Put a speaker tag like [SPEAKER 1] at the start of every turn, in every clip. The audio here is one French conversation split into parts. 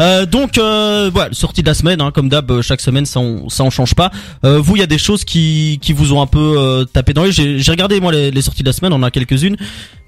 [SPEAKER 1] Euh, donc euh, voilà, sortie de la semaine, hein, comme d'hab, euh, chaque semaine ça on, ça on change pas. Euh, vous, il y a des choses qui, qui vous ont un peu euh, tapé dans les. J'ai j'ai regardé moi les, les sorties de la semaine, on en a quelques-unes,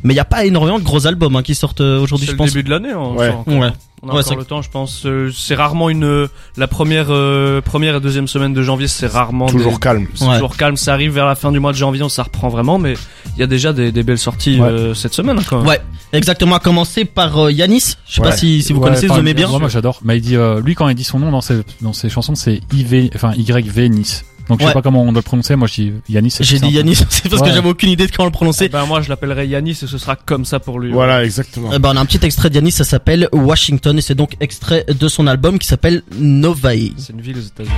[SPEAKER 1] mais il y a pas énormément de gros albums hein, qui sortent euh, aujourd'hui,
[SPEAKER 2] C'est
[SPEAKER 1] je
[SPEAKER 2] le
[SPEAKER 1] pense.
[SPEAKER 2] début de l'année. hein, on-
[SPEAKER 3] Ouais.
[SPEAKER 2] enfin, encore-
[SPEAKER 1] Ouais.
[SPEAKER 2] On a
[SPEAKER 1] Ouais, c'est-
[SPEAKER 2] encore le temps, je pense. Euh, C'est rarement une euh, la première euh, première et deuxième semaine de janvier, c'est rarement
[SPEAKER 3] Toujours
[SPEAKER 2] des-
[SPEAKER 3] calme.
[SPEAKER 2] c'est
[SPEAKER 1] Ouais.
[SPEAKER 2] toujours calme. Ça arrive vers la fin du mois de janvier, on ça reprend vraiment, mais il y a déjà des, des belles sorties
[SPEAKER 3] Ouais.
[SPEAKER 2] euh, cette semaine. Quand même.
[SPEAKER 1] Ouais, exactement. À commencer par euh, Yanis. Je sais
[SPEAKER 3] Ouais.
[SPEAKER 1] pas si, si vous
[SPEAKER 4] Ouais,
[SPEAKER 1] connaissez, vous
[SPEAKER 4] enfin,
[SPEAKER 1] aimez bien.
[SPEAKER 4] Moi, moi, j'adore. Mais il dit, euh, lui, quand il dit son nom dans ses, dans ses chansons, c'est IV, enfin, YV Nice. Donc, je
[SPEAKER 1] Ouais.
[SPEAKER 4] sais pas comment on doit le prononcer. Moi, je dis Yanis. c'est
[SPEAKER 1] J'ai
[SPEAKER 4] plus
[SPEAKER 1] dit
[SPEAKER 4] simple.
[SPEAKER 1] Yanis, c'est parce que
[SPEAKER 4] Ouais.
[SPEAKER 1] j'avais aucune idée de comment le prononcer.
[SPEAKER 2] Eh ben moi, je l'appellerai Yanis et ce sera comme ça pour lui. hein.
[SPEAKER 3] Voilà, exactement.
[SPEAKER 1] Eh ben, on a un petit extrait d'Yanis, ça s'appelle Washington, et c'est donc extrait de son album qui s'appelle Novae.
[SPEAKER 2] C'est une ville aux États-Unis.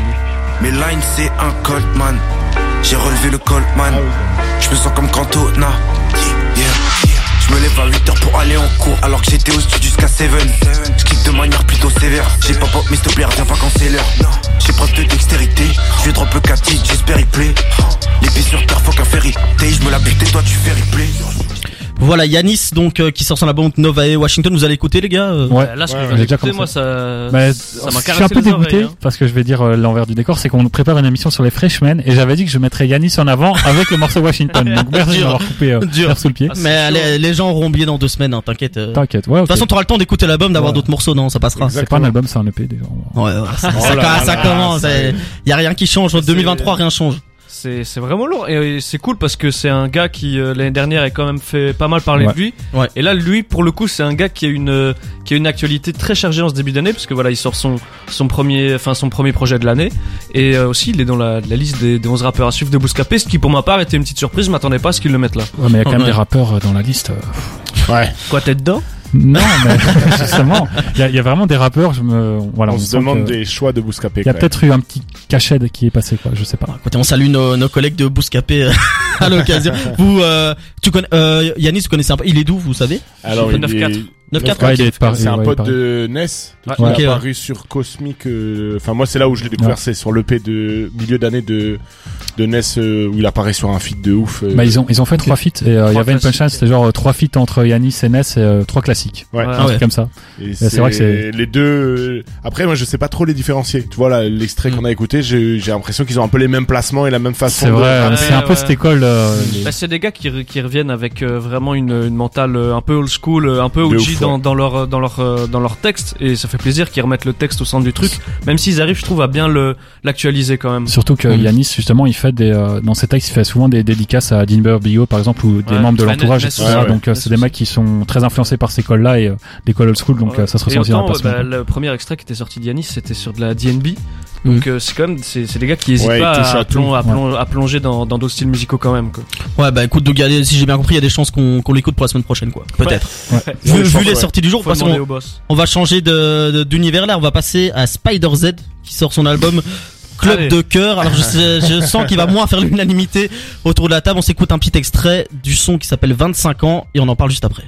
[SPEAKER 5] Mes lines c'est un Coltman J'ai relevé le Coltman Je me sens comme Cantona Yeah. Je me lève à 8h pour aller en cours Alors que j'étais au studio jusqu'à 7 Je kick de manière plutôt sévère J'ai pas pop mais s'il te plaît reviens pas quand c'est l'heure J'ai preuve de dextérité Je vais drop le catit j'espère il plaît L'épée sur terre faut qu'un ferry Je me la bute et toi tu fais replay
[SPEAKER 1] Voilà, Yanis, donc, euh, qui sort son album Novae Washington. Vous allez écouter, les gars? euh
[SPEAKER 4] Ouais.
[SPEAKER 2] Euh, Là, ce que
[SPEAKER 3] Ouais,
[SPEAKER 2] je viens
[SPEAKER 3] ouais.
[SPEAKER 4] J'ai déjà
[SPEAKER 2] d'écouter,
[SPEAKER 4] commencé.
[SPEAKER 2] moi, ça,
[SPEAKER 4] Mais
[SPEAKER 2] ça m'a
[SPEAKER 4] je suis un
[SPEAKER 2] caressé
[SPEAKER 4] peu
[SPEAKER 2] les
[SPEAKER 4] dégoûté
[SPEAKER 2] oreilles, hein.
[SPEAKER 4] parce que je vais dire euh, l'envers du décor, c'est qu'on prépare une émission sur les Freshmen et j'avais dit que je mettrais Yanis en avant avec le morceau Washington. Donc merci de
[SPEAKER 1] Dur.
[SPEAKER 4] m'avoir coupé euh,
[SPEAKER 1] Dur.
[SPEAKER 4] l'herbe sous le pied.
[SPEAKER 2] Ah, c'est
[SPEAKER 1] Mais
[SPEAKER 2] chaud.
[SPEAKER 1] allez, les gens auront oublié dans deux semaines, hein, t'inquiète. euh. De
[SPEAKER 4] T'inquiète, ouais. ok.
[SPEAKER 1] toute façon, t'auras le temps d'écouter l'album, d'avoir
[SPEAKER 4] Ouais.
[SPEAKER 1] d'autres morceaux, non? Ça passera.
[SPEAKER 4] C'est pas un album, c'est un EP déjà.
[SPEAKER 1] Ouais, ouais, ça,
[SPEAKER 3] Oh
[SPEAKER 1] ça-
[SPEAKER 3] là
[SPEAKER 1] ça
[SPEAKER 3] là,
[SPEAKER 1] commence.
[SPEAKER 3] c'est-
[SPEAKER 1] eh. Y a rien qui change. En
[SPEAKER 2] C'est-
[SPEAKER 1] 2023, rien change.
[SPEAKER 2] C'est c'est vraiment lourd et et c'est cool parce que c'est un gars qui euh, l'année dernière est quand même fait pas mal parler
[SPEAKER 4] Ouais.
[SPEAKER 2] de lui.
[SPEAKER 1] Ouais.
[SPEAKER 2] Et là lui pour le coup c'est un gars qui a une euh, qui a une actualité très chargée en ce début d'année parce que voilà il sort son son premier enfin son premier projet de l'année et euh, aussi il est dans la, la liste des, des 11 rappeurs à suivre de Bouscapé ce qui pour ma part était une petite surprise je m'attendais pas à ce qu'ils le mettent là.
[SPEAKER 4] Ouais, mais il y a quand
[SPEAKER 1] Ouais.
[SPEAKER 4] même des rappeurs euh, dans la liste. euh,
[SPEAKER 3] Ouais.
[SPEAKER 2] Quoi t'es dedans
[SPEAKER 4] Non, mais justement, il y, a- il y a vraiment des rappeurs. Je me, voilà,
[SPEAKER 3] on
[SPEAKER 4] sent
[SPEAKER 3] se demande
[SPEAKER 4] que-
[SPEAKER 3] des choix de Bouscapé.
[SPEAKER 4] Il y
[SPEAKER 3] quand
[SPEAKER 4] a
[SPEAKER 3] Euh, même.
[SPEAKER 4] peut-être eu un petit cachet de- qui est passé, quoi. Je sais pas.
[SPEAKER 1] Écoutez, on salue nos, nos collègues de Bouscapé euh, à l'occasion. vous, euh, tu connais, euh, Yanis, vous connaissez un peu. Il est d'où, vous savez?
[SPEAKER 3] Alors,
[SPEAKER 2] Je
[SPEAKER 3] il
[SPEAKER 2] suis
[SPEAKER 3] est...
[SPEAKER 2] 9-4.
[SPEAKER 1] 9-4?
[SPEAKER 4] Ouais, il est de Paris,
[SPEAKER 3] C'est un
[SPEAKER 4] ouais,
[SPEAKER 3] pote
[SPEAKER 4] Paris.
[SPEAKER 3] de Ness
[SPEAKER 2] Ouais.
[SPEAKER 3] qui
[SPEAKER 4] Ouais.
[SPEAKER 3] est
[SPEAKER 1] Ok, ouais.
[SPEAKER 3] apparu sur Cosmic. euh, Enfin, moi, c'est là où je l'ai découvert.
[SPEAKER 4] Ouais.
[SPEAKER 3] C'est sur l'EP de milieu d'année de, de Ness euh, où il apparaît sur un feed de ouf. euh,
[SPEAKER 4] Bah, ils ont, ils ont fait trois feats et euh, il y
[SPEAKER 2] Trois
[SPEAKER 4] avait une punchline,
[SPEAKER 2] classiques.
[SPEAKER 4] c'était genre euh, trois feats entre Yanis et Ness et euh, trois classiques.
[SPEAKER 3] Ah Ouais.
[SPEAKER 4] Un truc comme ça.
[SPEAKER 3] Et
[SPEAKER 4] c'est vrai que c'est-
[SPEAKER 3] les deux. euh, Après, moi, je sais pas trop les différencier. Tu vois, là, l'extrait
[SPEAKER 1] Mm.
[SPEAKER 3] qu'on a écouté, j'ai j'ai l'impression qu'ils ont un peu les mêmes placements et la même façon.
[SPEAKER 4] C'est
[SPEAKER 3] de-
[SPEAKER 4] vrai,
[SPEAKER 2] Ouais,
[SPEAKER 4] euh, c'est un peu
[SPEAKER 2] ouais.
[SPEAKER 4] cette école. euh, les-
[SPEAKER 2] Bah, c'est des gars qui, re- qui reviennent avec euh, vraiment une, une mentale euh, un peu old school, euh, un peu
[SPEAKER 3] De
[SPEAKER 2] OG
[SPEAKER 3] ouf,
[SPEAKER 2] dans,
[SPEAKER 3] ouais.
[SPEAKER 2] dans leur euh, dans leur euh, dans leur texte et ça fait plaisir qu'ils remettent le texte au centre du truc, même s'ils arrivent je trouve à bien le l'actualiser quand même.
[SPEAKER 4] Surtout que
[SPEAKER 1] Mm.
[SPEAKER 4] Yanis, justement, il fait des, euh, dans ses textes, il fait souvent des dédicaces à Dean Bio, par exemple, ou des
[SPEAKER 2] Ouais.
[SPEAKER 4] membres de
[SPEAKER 2] Bah,
[SPEAKER 4] l'entourage,
[SPEAKER 2] Ness-
[SPEAKER 4] etc.
[SPEAKER 3] Ness aussi.
[SPEAKER 4] Donc, euh,
[SPEAKER 2] Ness
[SPEAKER 4] c'est des
[SPEAKER 2] aussi.
[SPEAKER 4] mecs qui sont très influencés par ces écoles-là et euh, l'école old school, donc
[SPEAKER 2] Ouais.
[SPEAKER 4] euh, ça se
[SPEAKER 2] Et
[SPEAKER 4] ressent aussi dans la
[SPEAKER 2] autant,
[SPEAKER 4] personne.
[SPEAKER 2] bah, le premier extrait qui était sorti d'Yanis, c'était sur de la DNB. Donc euh, c'est quand même c'est c'est des gars qui hésitent
[SPEAKER 3] Mm. Ouais, ils
[SPEAKER 2] pas
[SPEAKER 3] touchent
[SPEAKER 2] à,
[SPEAKER 3] à tout,
[SPEAKER 2] plon- à
[SPEAKER 4] ouais.
[SPEAKER 2] plon- à plonger dans dans d'autres styles musicaux quand même. Quoi.
[SPEAKER 1] Ouais, bah, écoute, donc, il y a- si j'ai bien compris, il y a des chances qu'on, qu'on l'écoute pour la semaine prochaine, quoi. Peut-être.
[SPEAKER 4] Ouais.
[SPEAKER 1] Vu,
[SPEAKER 3] Ouais, je
[SPEAKER 1] vu
[SPEAKER 3] pense,
[SPEAKER 1] les
[SPEAKER 3] ouais.
[SPEAKER 1] sorties du jour,
[SPEAKER 2] Faut
[SPEAKER 1] parce qu'on-
[SPEAKER 2] demander au boss.
[SPEAKER 1] On va changer de, de- d'univers là, on va passer à Spider Z qui sort son album Club
[SPEAKER 2] Allez.
[SPEAKER 1] de cœur. Alors je, sais- je sens qu'il va moins faire l'unanimité autour de la table. On s'écoute un petit extrait du son qui s'appelle 25 ans et on en parle juste après.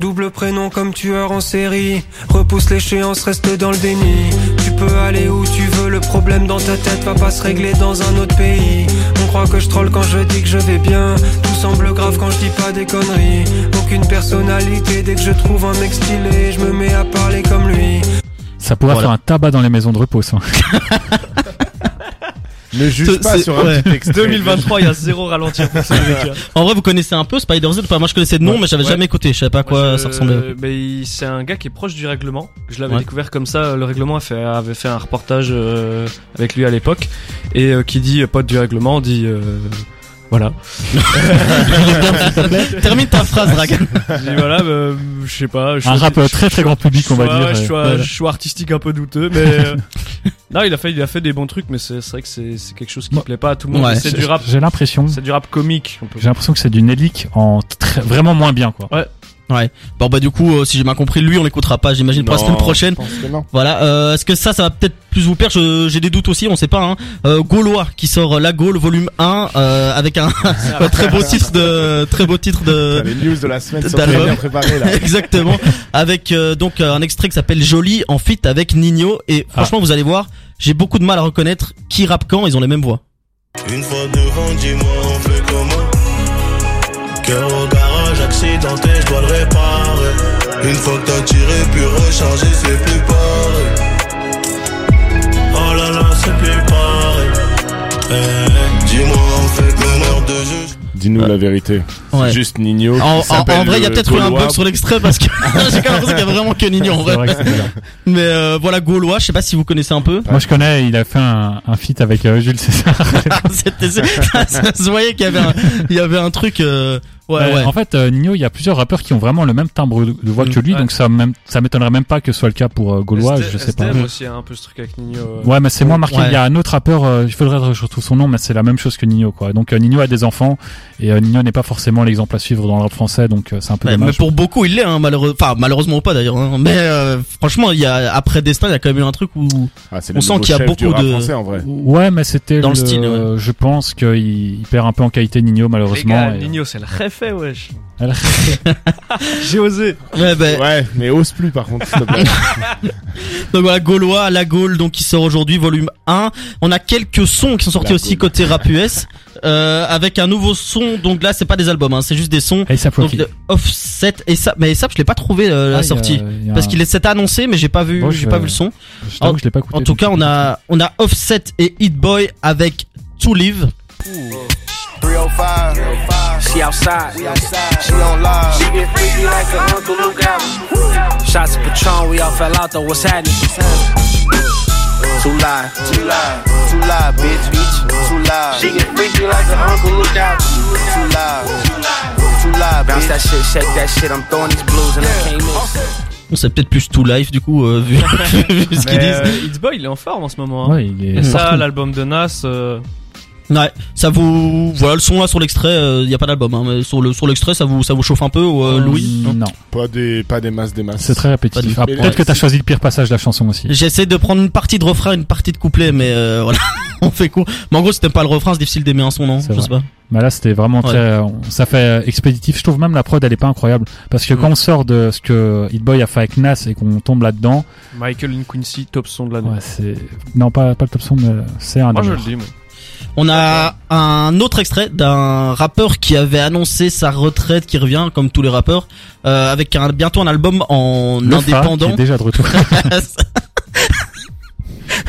[SPEAKER 6] Double prénom comme tueur en série. Repousse l'échéance, reste dans le déni. Tu peux aller où tu veux, le problème dans ta tête va pas se régler dans un autre pays. On croit que je troll quand je dis que je vais bien. Tout semble grave quand je dis pas des conneries. Aucune personnalité, dès que je trouve un mec stylé, je me mets à parler comme lui.
[SPEAKER 2] bah,
[SPEAKER 4] Ça pourrait
[SPEAKER 1] Voilà.
[SPEAKER 4] faire un tabac dans les maisons de repos, ça.
[SPEAKER 3] Ne juge
[SPEAKER 1] C'est-
[SPEAKER 3] pas
[SPEAKER 1] c'est-
[SPEAKER 3] sur un
[SPEAKER 1] ouais.
[SPEAKER 3] petit extrait.
[SPEAKER 2] 2023, il y a zéro ralentir pour ces gars.
[SPEAKER 1] En vrai, vous connaissez un peu Spider Z Enfin, moi je connaissais de nom, mais j'avais
[SPEAKER 2] Ouais.
[SPEAKER 1] jamais écouté. Je savais pas à quoi
[SPEAKER 2] Moi, je-
[SPEAKER 1] ça ressemblait.
[SPEAKER 2] mais il- c'est un gars qui est proche du règlement. Je l'avais
[SPEAKER 1] Ouais.
[SPEAKER 2] découvert comme ça. Le règlement a fait- avait fait un reportage euh, avec lui à l'époque et euh, qui dit euh, pote du règlement dit euh, voilà.
[SPEAKER 1] Termine ta phrase, Dragan.
[SPEAKER 2] Il dit voilà, euh, je sais pas. je
[SPEAKER 4] Un
[SPEAKER 2] suis-
[SPEAKER 4] rap euh,
[SPEAKER 2] je-
[SPEAKER 4] très très grand
[SPEAKER 2] je
[SPEAKER 4] public, on
[SPEAKER 2] suis-
[SPEAKER 4] va
[SPEAKER 2] ouais,
[SPEAKER 4] dire.
[SPEAKER 2] Je
[SPEAKER 4] euh,
[SPEAKER 2] suis,
[SPEAKER 4] voilà.
[SPEAKER 2] je suis artistique un peu douteux, mais euh, non, il a fait, il a fait des bons trucs, mais c'est c'est vrai que c'est c'est quelque chose qui
[SPEAKER 4] Moi-
[SPEAKER 2] plaît pas à tout le monde.
[SPEAKER 1] Ouais.
[SPEAKER 2] c'est du rap,
[SPEAKER 4] J'ai l'impression,
[SPEAKER 2] c'est du rap comique. on peut-
[SPEAKER 4] j'ai l'impression que c'est du Nelik en très- vraiment moins bien, quoi.
[SPEAKER 1] Bon bah du coup, euh, si j'ai bien compris, lui on l'écoutera pas. J'imagine pour la
[SPEAKER 3] Non,
[SPEAKER 1] semaine prochaine.
[SPEAKER 3] je pense que non.
[SPEAKER 1] Voilà, euh, est-ce que ça, ça va peut-être plus vous perdre Je- J'ai des doutes aussi, on sait pas. Hein. Euh, Gaulois qui sort euh, La Gaule volume 1 euh, avec un, un très beau titre de très beau titre
[SPEAKER 3] Putain,
[SPEAKER 1] de
[SPEAKER 3] Les news de la semaine sont
[SPEAKER 1] Euh, d'album.
[SPEAKER 3] très bien préparées là.
[SPEAKER 1] exactement avec euh, donc euh, un extrait qui s'appelle Jolie en fit avec Nino
[SPEAKER 3] Ah.
[SPEAKER 1] et franchement vous allez voir, j'ai beaucoup de mal à reconnaître qui rappe quand, ils ont les mêmes voix.
[SPEAKER 7] Une fois devant, dis-moi, on fait comment Cœur au garage accidenté, je dois le réparer. Une fois que t'as tiré, puis rechargé, c'est plus pareil. Oh là là, c'est plus pareil. Eh, Dis-moi en fait, meneur de jeu.
[SPEAKER 3] Dis-nous la vérité.
[SPEAKER 1] Ouais.
[SPEAKER 3] C'est juste Nino. qui
[SPEAKER 1] En, en-
[SPEAKER 3] s'appelle
[SPEAKER 1] en vrai, il y a
[SPEAKER 3] le
[SPEAKER 1] peut-être eu un
[SPEAKER 3] Gaulois.
[SPEAKER 1] bug sur l'extrait parce que j'ai quand même l'impression qu'il y a vraiment que Nino en
[SPEAKER 4] C'est vrai
[SPEAKER 1] vrai.
[SPEAKER 4] que c'est bizarre.
[SPEAKER 1] Mais euh, voilà, Gaulois, je sais pas si vous connaissez un peu.
[SPEAKER 4] Moi je connais, il a fait un, un feat avec euh, Jules César.
[SPEAKER 1] C'était, ça se voyait qu'il y avait un, il y avait un truc. euh, ouais,
[SPEAKER 4] Euh,
[SPEAKER 1] ouais. Mm.
[SPEAKER 4] En fait, euh, Nino, il y a plusieurs rappeurs qui ont vraiment le même timbre de de voix que lui,
[SPEAKER 2] Ouais.
[SPEAKER 4] donc ça, même, ça m'étonnerait même pas que ce soit le cas pour euh, Gaulois, je sais pas.
[SPEAKER 2] STM aussi, hein, un peu ce truc avec Nino. euh.
[SPEAKER 4] Ouais, mais c'est moins marqué.
[SPEAKER 1] Ouais.
[SPEAKER 4] Il y a un autre rappeur, euh, il faudrait que je retrouve son nom, mais c'est la même chose que Nino, quoi. Donc euh, Nino a des enfants et euh, Nino n'est pas forcément l'exemple à suivre dans le rap français, donc euh, c'est un peu
[SPEAKER 1] Ouais, mais
[SPEAKER 4] dommage.
[SPEAKER 1] pour beaucoup, il l'est, hein, malheureux. Enfin, malheureusement ou pas d'ailleurs. hein. Mais euh, franchement, il y a après Destin, il y a quand même eu un truc où
[SPEAKER 3] Ah, c'est
[SPEAKER 1] On
[SPEAKER 3] le
[SPEAKER 1] sent
[SPEAKER 3] nouveau
[SPEAKER 1] qu'il y a
[SPEAKER 3] chef du
[SPEAKER 1] beaucoup
[SPEAKER 3] rap
[SPEAKER 1] de-
[SPEAKER 3] français, en vrai.
[SPEAKER 4] Ouais, mais c'était
[SPEAKER 1] Dans le style, ouais.
[SPEAKER 4] Je pense qu'il il perd un peu en qualité Nino,
[SPEAKER 2] Les gars,
[SPEAKER 4] malheureusement. et- euh,
[SPEAKER 2] Nino, c'est le refait, wesh.
[SPEAKER 4] Elle-
[SPEAKER 2] J'ai osé.
[SPEAKER 1] Ouais, ben,
[SPEAKER 3] Ouais, mais ose plus par contre. s'il te plaît.
[SPEAKER 1] donc voilà, Gaulois, La Gaule, donc qui sort aujourd'hui, volume 1. On a quelques sons qui sont sortis
[SPEAKER 3] La
[SPEAKER 1] aussi
[SPEAKER 3] Gaule.
[SPEAKER 1] côté rap US, euh, avec un nouveau son. Donc là, c'est pas des albums, hein, c'est juste des sons.
[SPEAKER 4] euh, Et ça Ah,
[SPEAKER 1] Donc de Offset et ça, mais ça, je l'ai pas trouvé euh, la sortie. Parce qu'il est- s'était annoncé, mais j'ai pas vu,
[SPEAKER 4] Bon,
[SPEAKER 1] j'ai
[SPEAKER 4] je-
[SPEAKER 1] pas vu le son.
[SPEAKER 4] Je t'avoue que je l'ai pas écouté.
[SPEAKER 1] En tout
[SPEAKER 4] donc
[SPEAKER 1] cas,
[SPEAKER 4] je
[SPEAKER 1] on
[SPEAKER 4] sais pas.
[SPEAKER 1] a, on a Offset et Hit Boy avec To Live.
[SPEAKER 5] 305.
[SPEAKER 8] She outside.
[SPEAKER 5] She on live.
[SPEAKER 8] She get freaky like an Uncle Luke album. Shots of Patron, we all fell out though. What's happening? Too live.
[SPEAKER 5] Too live. Too live, bitch. bitch. Too live.
[SPEAKER 8] She get freaky like an Uncle Luke album.
[SPEAKER 5] Too live. Too live,
[SPEAKER 8] Bounce
[SPEAKER 5] bitch.
[SPEAKER 8] that shit, shake that shit. I'm throwing these blues and I can't miss.
[SPEAKER 1] On sait peut-être plus To Life du coup, euh, vu, vu ce qu'ils
[SPEAKER 2] Mais,
[SPEAKER 1] disent.
[SPEAKER 2] euh, It's Boy, il est en forme en ce moment. hein.
[SPEAKER 4] Ouais, il est
[SPEAKER 2] Et ça,
[SPEAKER 4] partout.
[SPEAKER 2] l'album de Nas. euh,
[SPEAKER 1] Ouais, ça vous voilà le son là sur l'extrait, il y a pas d'album hein, mais sur le sur l'extrait ça vous ça vous chauffe un peu ou, euh, Louis
[SPEAKER 4] Mm,
[SPEAKER 1] non
[SPEAKER 4] Non,
[SPEAKER 3] Pas des, pas des masses, des masses.
[SPEAKER 4] c'est très
[SPEAKER 1] Pas du
[SPEAKER 4] répétitif.
[SPEAKER 1] tout.
[SPEAKER 4] Ah, Peut-être que t'as choisi le pire passage de la chanson aussi.
[SPEAKER 1] J'essaie de prendre une partie de refrain, une partie de couplet mais euh, voilà, on fait court. Mais en gros, si t'aimes pas le refrain, c'est difficile d'aimer un son, non Je
[SPEAKER 4] C'est
[SPEAKER 1] sais pas.
[SPEAKER 4] Mais Bah là, c'était vraiment
[SPEAKER 1] Ouais.
[SPEAKER 4] très, euh, ça fait euh, expéditif. Je trouve même la prod, elle est pas incroyable. Parce
[SPEAKER 1] Mm.
[SPEAKER 4] que quand on sort de ce que Hit Boy a fait avec Nas et qu'on tombe là-dedans,
[SPEAKER 2] Michael and Quincy, top son de l'année.
[SPEAKER 4] ouais, c'est, non, pas, pas le top son, mais c'est un
[SPEAKER 2] Moi,
[SPEAKER 4] des
[SPEAKER 2] je le
[SPEAKER 4] meilleurs.
[SPEAKER 2] dis, moi.
[SPEAKER 1] On a un autre extrait d'un rappeur qui avait annoncé sa retraite qui revient comme tous les rappeurs euh, avec un bientôt un album en
[SPEAKER 4] Le Fa, qui
[SPEAKER 1] indépendant.
[SPEAKER 4] est déjà de retour.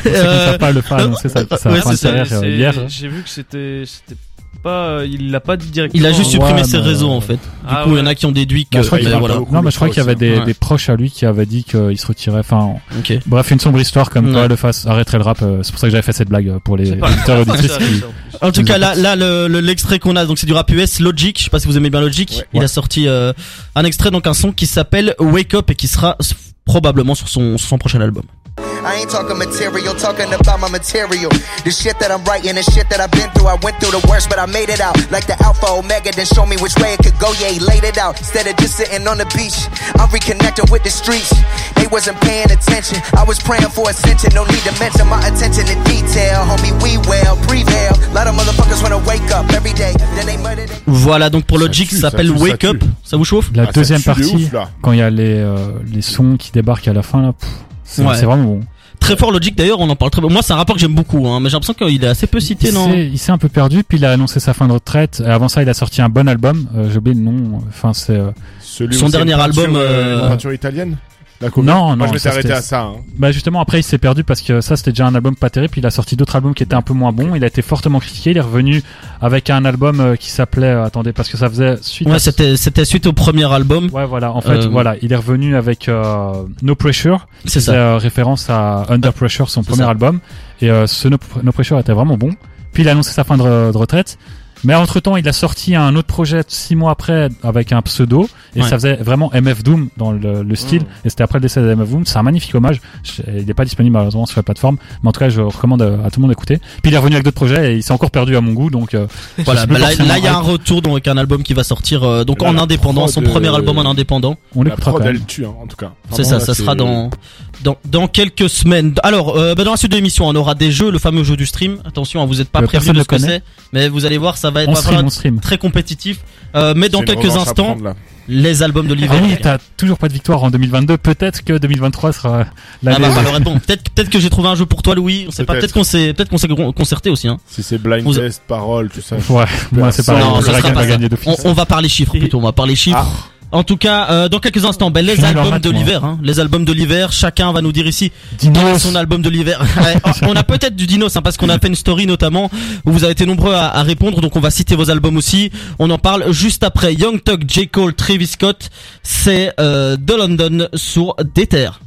[SPEAKER 4] C'est qu'on
[SPEAKER 1] Euh,
[SPEAKER 4] savait pas le Fa annoncer sa, sa
[SPEAKER 1] ouais,
[SPEAKER 4] fin
[SPEAKER 1] c'est
[SPEAKER 4] de
[SPEAKER 1] ça,
[SPEAKER 4] carrière
[SPEAKER 2] C'est-
[SPEAKER 4] euh, hier.
[SPEAKER 2] J'ai vu que c'était. c'était pas, euh, il l'a pas dit directement.
[SPEAKER 1] il a juste
[SPEAKER 4] Ouais,
[SPEAKER 1] supprimé ses
[SPEAKER 4] mais-
[SPEAKER 1] réseaux en fait. Du
[SPEAKER 2] Ah
[SPEAKER 1] coup, il y en
[SPEAKER 2] ouais.
[SPEAKER 1] a qui ont déduit que
[SPEAKER 4] Bah, je crois
[SPEAKER 3] Ouais,
[SPEAKER 4] qu'il
[SPEAKER 1] mais
[SPEAKER 4] y
[SPEAKER 3] a
[SPEAKER 4] avait-
[SPEAKER 1] voilà.
[SPEAKER 3] beaucoup
[SPEAKER 4] non, mais
[SPEAKER 3] le
[SPEAKER 4] je crois
[SPEAKER 3] Fa
[SPEAKER 4] qu'il y avait
[SPEAKER 3] aussi,
[SPEAKER 4] des,
[SPEAKER 1] hein.
[SPEAKER 4] des proches à lui qui avaient dit qu'il se retirait. Enfin,
[SPEAKER 1] OK.
[SPEAKER 4] bref, une sombre histoire comme
[SPEAKER 1] Ouais.
[SPEAKER 4] quoi le Fa arrêterait le rap. euh, C'est pour ça que j'avais fait cette blague euh, pour les
[SPEAKER 2] C'est pas-
[SPEAKER 4] auditeurs et
[SPEAKER 2] Ça,
[SPEAKER 4] auditrices. qui-
[SPEAKER 2] ça, en plus.
[SPEAKER 1] En tout
[SPEAKER 4] Nous
[SPEAKER 1] cas,
[SPEAKER 4] en
[SPEAKER 1] là, là, le- le- l'extrait qu'on a, donc c'est du rap US, Logic. Je sais pas si vous aimez bien Logic. Il a sorti euh, un extrait, donc un son qui s'appelle Wake Up et qui sera s- probablement sur son, sur son prochain album.
[SPEAKER 9] I ain't talking material, talking about my material. The shit that I'm writing, the shit that I've been through. I went through the worst, but I made it out. Like the Alpha Omega, then show me which way it could go. Yeah, he laid it out. Instead of just sitting on the beach, I'm reconnecting with the streets. They wasn't paying attention. I was praying for ascension. No need to mention my attention to detail. Homie, we well, prevail. lot of motherfuckers wanna wake up every day. Then they murder. they-
[SPEAKER 1] Voilà, donc pour
[SPEAKER 3] Ça
[SPEAKER 1] Logic,
[SPEAKER 3] tue,
[SPEAKER 1] ça
[SPEAKER 3] ça
[SPEAKER 1] s'appelle
[SPEAKER 3] tue, ça
[SPEAKER 1] Wake
[SPEAKER 3] tue.
[SPEAKER 1] Up. Ça vous chauffe
[SPEAKER 4] La
[SPEAKER 3] Ah, ça
[SPEAKER 4] deuxième
[SPEAKER 3] tue de
[SPEAKER 4] partie,
[SPEAKER 3] ouf, là.
[SPEAKER 4] quand il y a les, euh, les sons qui débarquent à la fin, là, pff, c'est
[SPEAKER 1] Ouais.
[SPEAKER 4] c'est vraiment bon.
[SPEAKER 1] Très fort Logic d'ailleurs, on en parle très peu. Moi, c'est un rapport que j'aime beaucoup, hein, mais j'ai l'impression qu'il est assez peu cité,
[SPEAKER 4] il
[SPEAKER 1] non
[SPEAKER 4] s'est- il s'est un peu perdu, puis il a annoncé sa fin de retraite. Et avant ça, il a sorti un bon album. Euh, J'ai oublié le nom. Enfin, c'est. euh,
[SPEAKER 3] Celui
[SPEAKER 1] Son
[SPEAKER 3] où c'est
[SPEAKER 1] dernier
[SPEAKER 3] une peinture,
[SPEAKER 1] album,
[SPEAKER 3] euh,
[SPEAKER 1] euh,
[SPEAKER 3] une Peinture italienne La coupe.
[SPEAKER 4] Non,
[SPEAKER 3] Moi,
[SPEAKER 4] non.
[SPEAKER 3] je vais
[SPEAKER 4] ça,
[SPEAKER 3] t'arrêter
[SPEAKER 4] c'était-
[SPEAKER 3] à ça. hein.
[SPEAKER 4] Bah justement, après, il s'est perdu parce que ça, c'était déjà un album pas terrible. Il a sorti d'autres albums qui étaient un peu moins bons. Il a été fortement critiqué. Il est revenu avec un album euh, qui s'appelait. euh, attendez, parce que ça faisait suite. à-
[SPEAKER 1] Ouais, c'était c'était suite au premier album.
[SPEAKER 4] Ouais, voilà. En fait,
[SPEAKER 1] Euh,
[SPEAKER 4] voilà, il est revenu avec euh, No Pressure.
[SPEAKER 1] C'est
[SPEAKER 4] C'est
[SPEAKER 1] ça.
[SPEAKER 4] euh, référence à Under Pressure, son
[SPEAKER 1] C'est
[SPEAKER 4] premier
[SPEAKER 1] ça.
[SPEAKER 4] album. Et euh, ce no, No Pressure était vraiment bon. Puis il a annoncé sa fin de, re- de retraite. Mais entre temps, il a sorti un autre projet six mois après avec un pseudo. Et
[SPEAKER 1] Ouais. Oh.
[SPEAKER 4] ça faisait vraiment MF Doom dans le, le style. Et c'était après le décès de MF Doom. C'est un magnifique hommage. Je- il n'est pas disponible malheureusement sur la plateforme. Mais en tout cas, je recommande euh, à tout le monde d'écouter. Puis il est revenu avec d'autres projets et il s'est encore perdu à mon goût. Donc euh,
[SPEAKER 1] Voilà,
[SPEAKER 4] je peux
[SPEAKER 1] bah là,
[SPEAKER 4] forcément-
[SPEAKER 1] là, il y a un retour donc avec un album qui va sortir euh, donc
[SPEAKER 3] Là,
[SPEAKER 1] en
[SPEAKER 3] la
[SPEAKER 1] indépendant, son
[SPEAKER 3] prod,
[SPEAKER 1] premier
[SPEAKER 3] euh,
[SPEAKER 1] album en indépendant.
[SPEAKER 4] on
[SPEAKER 3] La
[SPEAKER 4] l'écoutera
[SPEAKER 3] prod,
[SPEAKER 4] quand même.
[SPEAKER 3] elle tue, hein, en tout cas.
[SPEAKER 1] C'est
[SPEAKER 3] Vraiment,
[SPEAKER 1] ça,
[SPEAKER 3] là,
[SPEAKER 1] ça
[SPEAKER 3] c'est-
[SPEAKER 1] sera dans, dans dans quelques semaines. Alors, euh, bah, dans la suite de l'émission, on aura des jeux, le fameux jeu du stream. Attention, hein, vous n'êtes pas
[SPEAKER 4] Euh,
[SPEAKER 1] prévenu
[SPEAKER 4] personne
[SPEAKER 1] de
[SPEAKER 4] le
[SPEAKER 1] ce que
[SPEAKER 4] connaît.
[SPEAKER 1] c'est, mais vous allez voir, ça va être
[SPEAKER 4] On
[SPEAKER 1] pas
[SPEAKER 4] stream,
[SPEAKER 1] vraiment
[SPEAKER 4] on stream.
[SPEAKER 1] très compétitif. Euh, mais dans
[SPEAKER 3] c'est une
[SPEAKER 1] quelques
[SPEAKER 3] revanche à
[SPEAKER 1] instants,
[SPEAKER 3] prendre, là.
[SPEAKER 1] les albums de
[SPEAKER 4] Ah
[SPEAKER 1] l'hiver.
[SPEAKER 4] oui, t'as toujours pas de victoire en 2022. Peut-être que 2023 sera l'année.
[SPEAKER 1] Ah bah, malheureusement. peut-être peut-être que j'ai trouvé un jeu pour toi Louis, on sait pas,
[SPEAKER 3] Peut-être.
[SPEAKER 1] peut-être qu'on s'est peut-être qu'on s'est con- concerté aussi hein.
[SPEAKER 3] Si c'est blind
[SPEAKER 1] Vous-
[SPEAKER 3] test, parole, tout ça.
[SPEAKER 4] Ouais, moi c'est pareil.
[SPEAKER 1] Non,
[SPEAKER 4] on
[SPEAKER 1] ce
[SPEAKER 4] verra
[SPEAKER 1] sera
[SPEAKER 4] qui
[SPEAKER 1] pas
[SPEAKER 4] va
[SPEAKER 1] ça.
[SPEAKER 4] gagner
[SPEAKER 1] On,
[SPEAKER 4] d'office.
[SPEAKER 1] on va parler chiffres plutôt, on va parler
[SPEAKER 3] Ah,
[SPEAKER 1] chiffres. En tout cas, euh, dans quelques instants, ben, les
[SPEAKER 4] suis nul en
[SPEAKER 1] albums
[SPEAKER 4] maths,
[SPEAKER 1] de
[SPEAKER 4] moi.
[SPEAKER 1] l'hiver, hein, les albums de l'hiver, chacun va nous dire ici quel est
[SPEAKER 4] Dinos.
[SPEAKER 1] son album de l'hiver. Ouais, on a peut-être du Dinos, hein, parce qu'on a fait une story notamment où vous avez été nombreux à, à répondre, donc on va citer vos albums aussi. On en parle juste après. Young Thug, J Cole, Travis Scott, c'est euh, de London sur des terres.